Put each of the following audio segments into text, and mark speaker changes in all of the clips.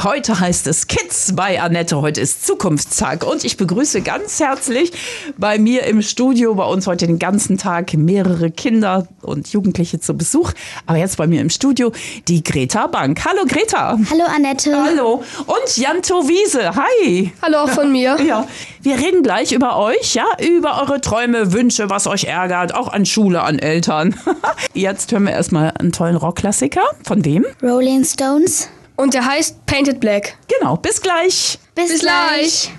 Speaker 1: Heute heißt es Kids bei Annette. Heute ist Zukunftstag und ich begrüße ganz herzlich bei mir im Studio, bei uns heute den ganzen Tag mehrere Kinder und Jugendliche zu Besuch. Aber jetzt bei mir im Studio die Greta Bank. Hallo Greta.
Speaker 2: Hallo Annette.
Speaker 1: Hallo. Und Janto Wiese. Hi.
Speaker 3: Hallo auch von mir.
Speaker 1: Ja, wir reden gleich über euch, ja, über eure Träume, Wünsche, was euch ärgert, auch an Schule, an Eltern. Jetzt hören wir erstmal einen tollen Rockklassiker. Von wem?
Speaker 2: Rolling Stones.
Speaker 3: Und der heißt Painted Black.
Speaker 1: Genau, bis gleich.
Speaker 3: Bis gleich.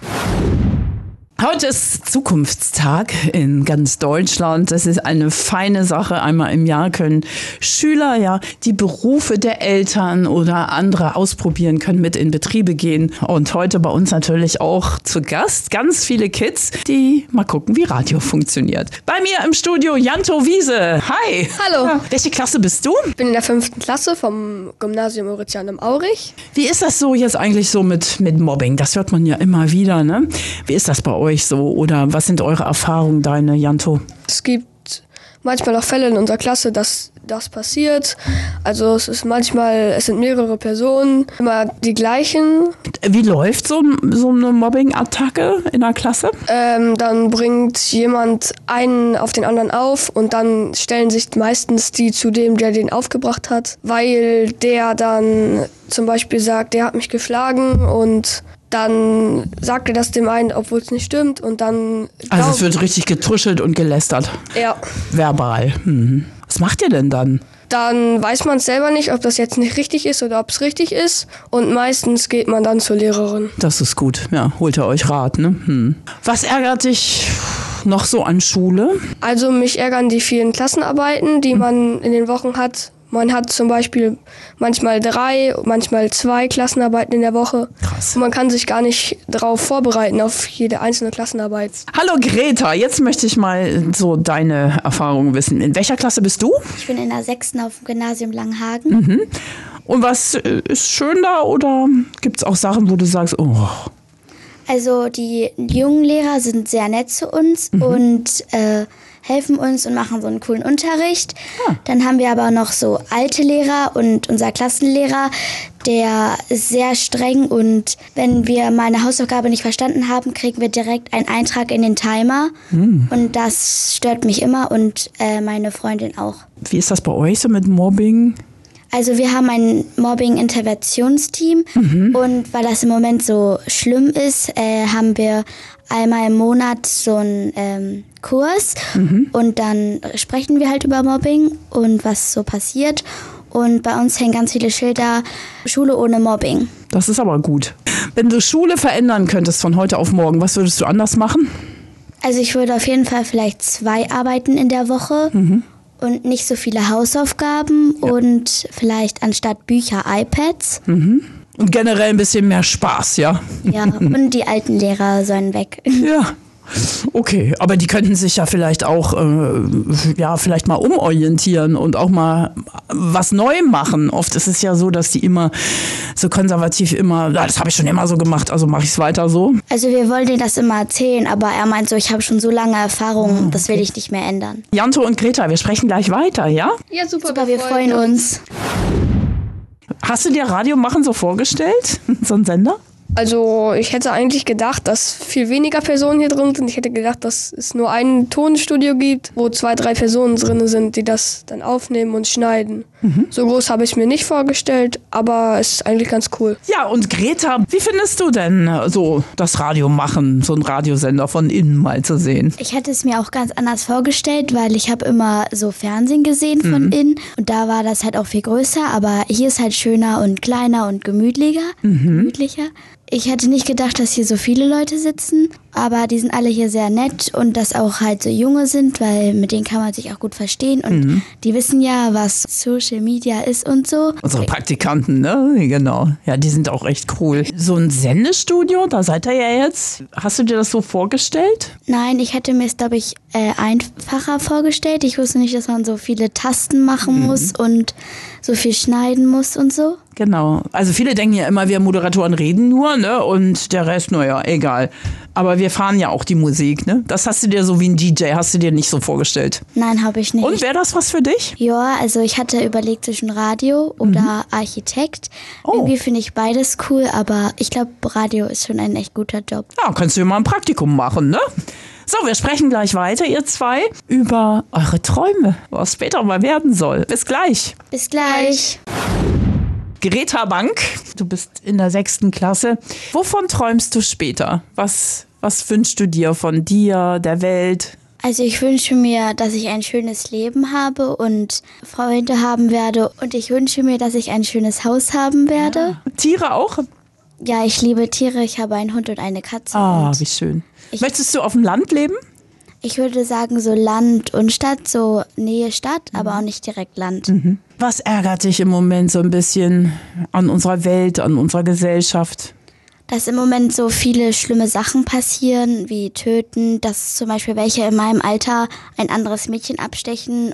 Speaker 1: Heute ist Zukunftstag in ganz Deutschland. Das ist eine feine Sache. Einmal im Jahr können Schüler ja die Berufe der Eltern oder andere ausprobieren, können mit in Betriebe gehen. Und heute bei uns natürlich auch zu Gast ganz viele Kids, die mal gucken, wie Radio funktioniert. Bei mir im Studio Janto Wiese. Hi.
Speaker 3: Hallo.
Speaker 1: Ja, welche Klasse bist du?
Speaker 3: Ich bin in der fünften Klasse vom Gymnasium Mauritianum Aurich.
Speaker 1: Wie ist das so jetzt eigentlich so mit, mit Mobbing? Das hört man ja immer wieder, ne? Wie ist das bei euch so? Oder was sind eure Erfahrungen, deine, Janto?
Speaker 3: Es gibt manchmal auch Fälle in unserer Klasse, dass das passiert. Also es ist manchmal, es sind mehrere Personen, immer die gleichen.
Speaker 1: Wie läuft so, so eine Mobbing-Attacke in der Klasse?
Speaker 3: Ähm, dann bringt jemand einen auf den anderen auf und dann stellen sich meistens die zu dem, der den aufgebracht hat, weil der dann zum Beispiel sagt, der hat mich geschlagen und dann sagt er das dem einen, obwohl es nicht stimmt und dann
Speaker 1: Also es
Speaker 3: glaubt-
Speaker 1: wird richtig getuschelt und gelästert.
Speaker 3: ja.
Speaker 1: Verbal. Mhm. Was macht ihr denn dann?
Speaker 3: dann weiß man es selber nicht, ob das jetzt nicht richtig ist oder ob es richtig ist. Und meistens geht man dann zur Lehrerin.
Speaker 1: Das ist gut. Ja, holt ihr euch Rat, ne? Hm. Was ärgert dich noch so an Schule?
Speaker 3: Also mich ärgern die vielen Klassenarbeiten, die man in den Wochen hat. Man hat zum Beispiel manchmal drei, manchmal zwei Klassenarbeiten in der Woche.
Speaker 1: Krass.
Speaker 3: Und man kann sich gar nicht darauf vorbereiten, auf jede einzelne Klassenarbeit.
Speaker 1: Hallo Greta, jetzt möchte ich mal so deine Erfahrungen wissen. In welcher Klasse bist du?
Speaker 2: Ich bin in der sechsten auf dem Gymnasium Langhagen.
Speaker 1: Und was äh, ist schön da oder gibt es auch Sachen, wo du sagst, oh,
Speaker 2: Also die jungen Lehrer sind sehr nett zu uns
Speaker 3: Mhm.
Speaker 2: und äh, helfen uns und machen so einen coolen Unterricht.
Speaker 3: Ah.
Speaker 2: Dann haben wir aber noch so alte Lehrer und unser Klassenlehrer, der ist sehr streng und wenn wir mal eine Hausaufgabe nicht verstanden haben, kriegen wir direkt einen Eintrag in den Timer.
Speaker 3: Mhm.
Speaker 2: Und das stört mich immer und äh, meine Freundin auch.
Speaker 1: wie ist das bei euch so mit Mobbing?
Speaker 2: Also wir haben ein Mobbing-Interventionsteam und weil das im Moment so schlimm ist, äh, haben wir einmal im Monat so einen ähm, Kurs und dann sprechen wir halt über Mobbing und was so passiert. Und bei uns hängen ganz viele Schilder, Schule ohne Mobbing.
Speaker 1: Das ist aber gut. Wenn du Schule verändern könntest von heute auf morgen, was würdest du anders machen?
Speaker 2: Also ich würde auf jeden Fall vielleicht zwei Arbeiten in der Woche und nicht so viele Hausaufgaben und vielleicht anstatt Bücher iPads.
Speaker 1: Und generell ein bisschen mehr Spaß, ja?
Speaker 2: Ja, und die alten Lehrer sollen weg.
Speaker 1: Ja. Okay, aber die könnten sich ja vielleicht auch, äh, ja, vielleicht mal umorientieren und auch mal was neu machen. Oft ist es ja so, dass die immer so konservativ immer, "Ja, das habe ich schon immer so gemacht, also mache ich es weiter so.
Speaker 2: Also wir wollen dir das immer erzählen, aber er meint so, ich habe schon so lange Erfahrung, das will ich nicht mehr ändern.
Speaker 1: Janto und Greta, wir sprechen gleich weiter, ja?
Speaker 3: Ja, super.
Speaker 2: Aber wir freuen uns.
Speaker 1: Hast du dir Radio machen so vorgestellt? So ein Sender?
Speaker 3: Also ich hätte eigentlich gedacht, dass viel weniger Personen hier drin sind. Ich hätte gedacht, dass es nur ein Tonstudio gibt, wo zwei, drei Personen drin sind, die das dann aufnehmen und schneiden. So groß habe ich mir nicht vorgestellt, aber es ist eigentlich ganz cool.
Speaker 1: Ja, und Greta, wie findest du denn äh, so das Radio machen, so einen Radiosender von innen mal zu sehen?
Speaker 2: Ich hätte es mir auch ganz anders vorgestellt, weil ich habe immer so Fernsehen gesehen von innen und da war das halt auch viel größer, aber hier ist halt schöner und kleiner und gemütlicher. gemütlicher. Ich hätte nicht gedacht, dass hier so viele Leute sitzen, aber die sind alle hier sehr nett und dass auch halt so junge sind, weil mit denen kann man sich auch gut verstehen und die wissen ja, was Social Media ist und so.
Speaker 1: Unsere Praktikanten, ne? Genau. Ja, die sind auch echt cool. So ein Sendestudio, da seid ihr ja jetzt. Hast du dir das so vorgestellt?
Speaker 2: Nein, ich hätte mir es, glaube ich, äh, einfacher vorgestellt.
Speaker 1: Mhm.
Speaker 2: Ich wusste nicht, dass man so viele Tasten machen muss und so viel schneiden muss und so.
Speaker 1: Genau. Also viele denken ja immer, wir Moderatoren reden nur, ne? Und der Rest, naja, egal. Aber wir fahren ja auch die Musik, ne? Das hast du dir so wie ein DJ, hast du dir nicht so vorgestellt.
Speaker 2: Nein, habe ich nicht.
Speaker 1: Und wäre das was für dich?
Speaker 2: Ja, also ich hatte überlegt zwischen Radio oder Architekt.
Speaker 1: Mhm. Oh.
Speaker 2: Irgendwie finde ich beides cool, aber ich glaube, Radio ist schon ein echt guter Job.
Speaker 1: Ja, kannst du ja mal ein Praktikum machen, ne? So, wir sprechen gleich weiter, ihr zwei, über eure Träume, was später mal werden soll. Bis gleich.
Speaker 2: Bis gleich.
Speaker 1: Greta Bank, du bist in der sechsten Klasse. Wovon träumst du später? Was, was wünschst du dir von dir, der Welt?
Speaker 2: Also ich wünsche mir, dass ich ein schönes Leben habe und Freunde haben werde. Und ich wünsche mir, dass ich ein schönes Haus haben werde.
Speaker 1: Tiere auch?
Speaker 2: Ja, ich liebe Tiere. Ich habe einen Hund und eine Katze.
Speaker 1: Ah,
Speaker 2: und
Speaker 1: wie schön.
Speaker 2: Ich-
Speaker 1: Möchtest du auf dem Land leben?
Speaker 2: ich würde sagen, so Land und Stadt, so Nähe Stadt, aber auch nicht direkt Land.
Speaker 1: Was ärgert dich im Moment so ein bisschen an unserer Welt, an unserer Gesellschaft?
Speaker 2: Dass im Moment so viele schlimme Sachen passieren, wie töten, dass zum Beispiel welche in meinem Alter ein anderes Mädchen abstechen.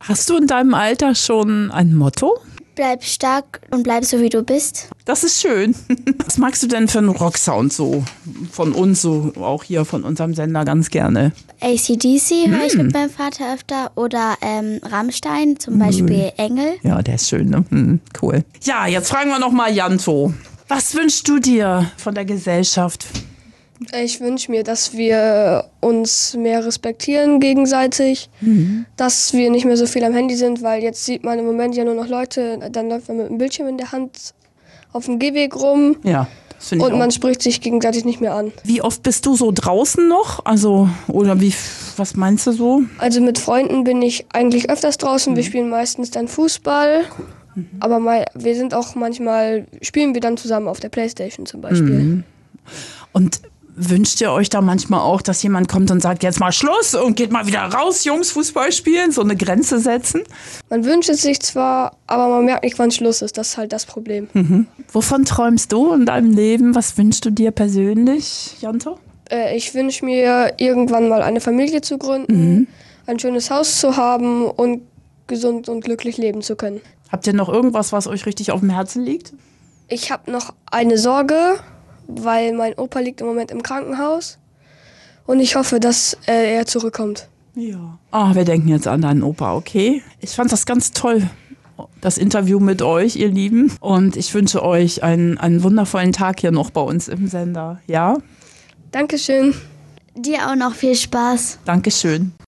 Speaker 1: Hast du in deinem Alter schon ein Motto?
Speaker 2: Bleib stark und bleib so, wie du bist.
Speaker 1: Das ist schön. Was magst du denn für einen Rocksound so? Von uns, so auch hier von unserem Sender ganz gerne.
Speaker 2: ACDC höre ich mit meinem Vater öfter oder ähm, Rammstein, zum Beispiel Engel.
Speaker 1: Ja, der ist schön, ne? Hm, cool. Ja, jetzt fragen wir nochmal Janto. Was wünschst du dir von der Gesellschaft?
Speaker 3: Ich wünsche mir, dass wir uns mehr respektieren gegenseitig, dass wir nicht mehr so viel am Handy sind, weil jetzt sieht man im Moment ja nur noch Leute, dann läuft man mit dem Bildschirm in der Hand auf dem Gehweg rum
Speaker 1: Ja, das finde ich
Speaker 3: und
Speaker 1: auch.
Speaker 3: man spricht sich gegenseitig nicht mehr an.
Speaker 1: Wie oft bist du so draußen noch? Also, oder wie, was meinst du so?
Speaker 3: Also mit Freunden bin ich eigentlich öfters draußen, wir spielen meistens dann Fußball. Aber mal, wir sind auch manchmal, spielen wir dann zusammen auf der Playstation zum Beispiel.
Speaker 1: Und wünscht ihr euch da manchmal auch, dass jemand kommt und sagt, jetzt mal Schluss und geht mal wieder raus, Jungs, Fußball spielen, so eine Grenze setzen?
Speaker 3: Man wünscht es sich zwar, aber man merkt nicht, wann Schluss ist. Das ist halt das Problem.
Speaker 1: Wovon träumst du in deinem Leben? Was wünschst du dir persönlich, Janto?
Speaker 3: Äh, ich wünsche mir, irgendwann mal eine Familie zu gründen, ein schönes Haus zu haben und gesund und glücklich leben zu können.
Speaker 1: Habt ihr noch irgendwas, was euch richtig auf dem Herzen liegt?
Speaker 3: Ich habe noch eine Sorge, weil mein Opa liegt im Moment im Krankenhaus und ich hoffe, dass äh, er zurückkommt.
Speaker 1: Ja. Ah, wir denken jetzt an deinen Opa, okay? Ich fand das ganz toll, das Interview mit euch, ihr Lieben. Und ich wünsche euch einen, einen wundervollen Tag hier noch bei uns im Sender. Ja?
Speaker 3: Dankeschön.
Speaker 2: Dir auch noch viel Spaß.
Speaker 1: Dankeschön.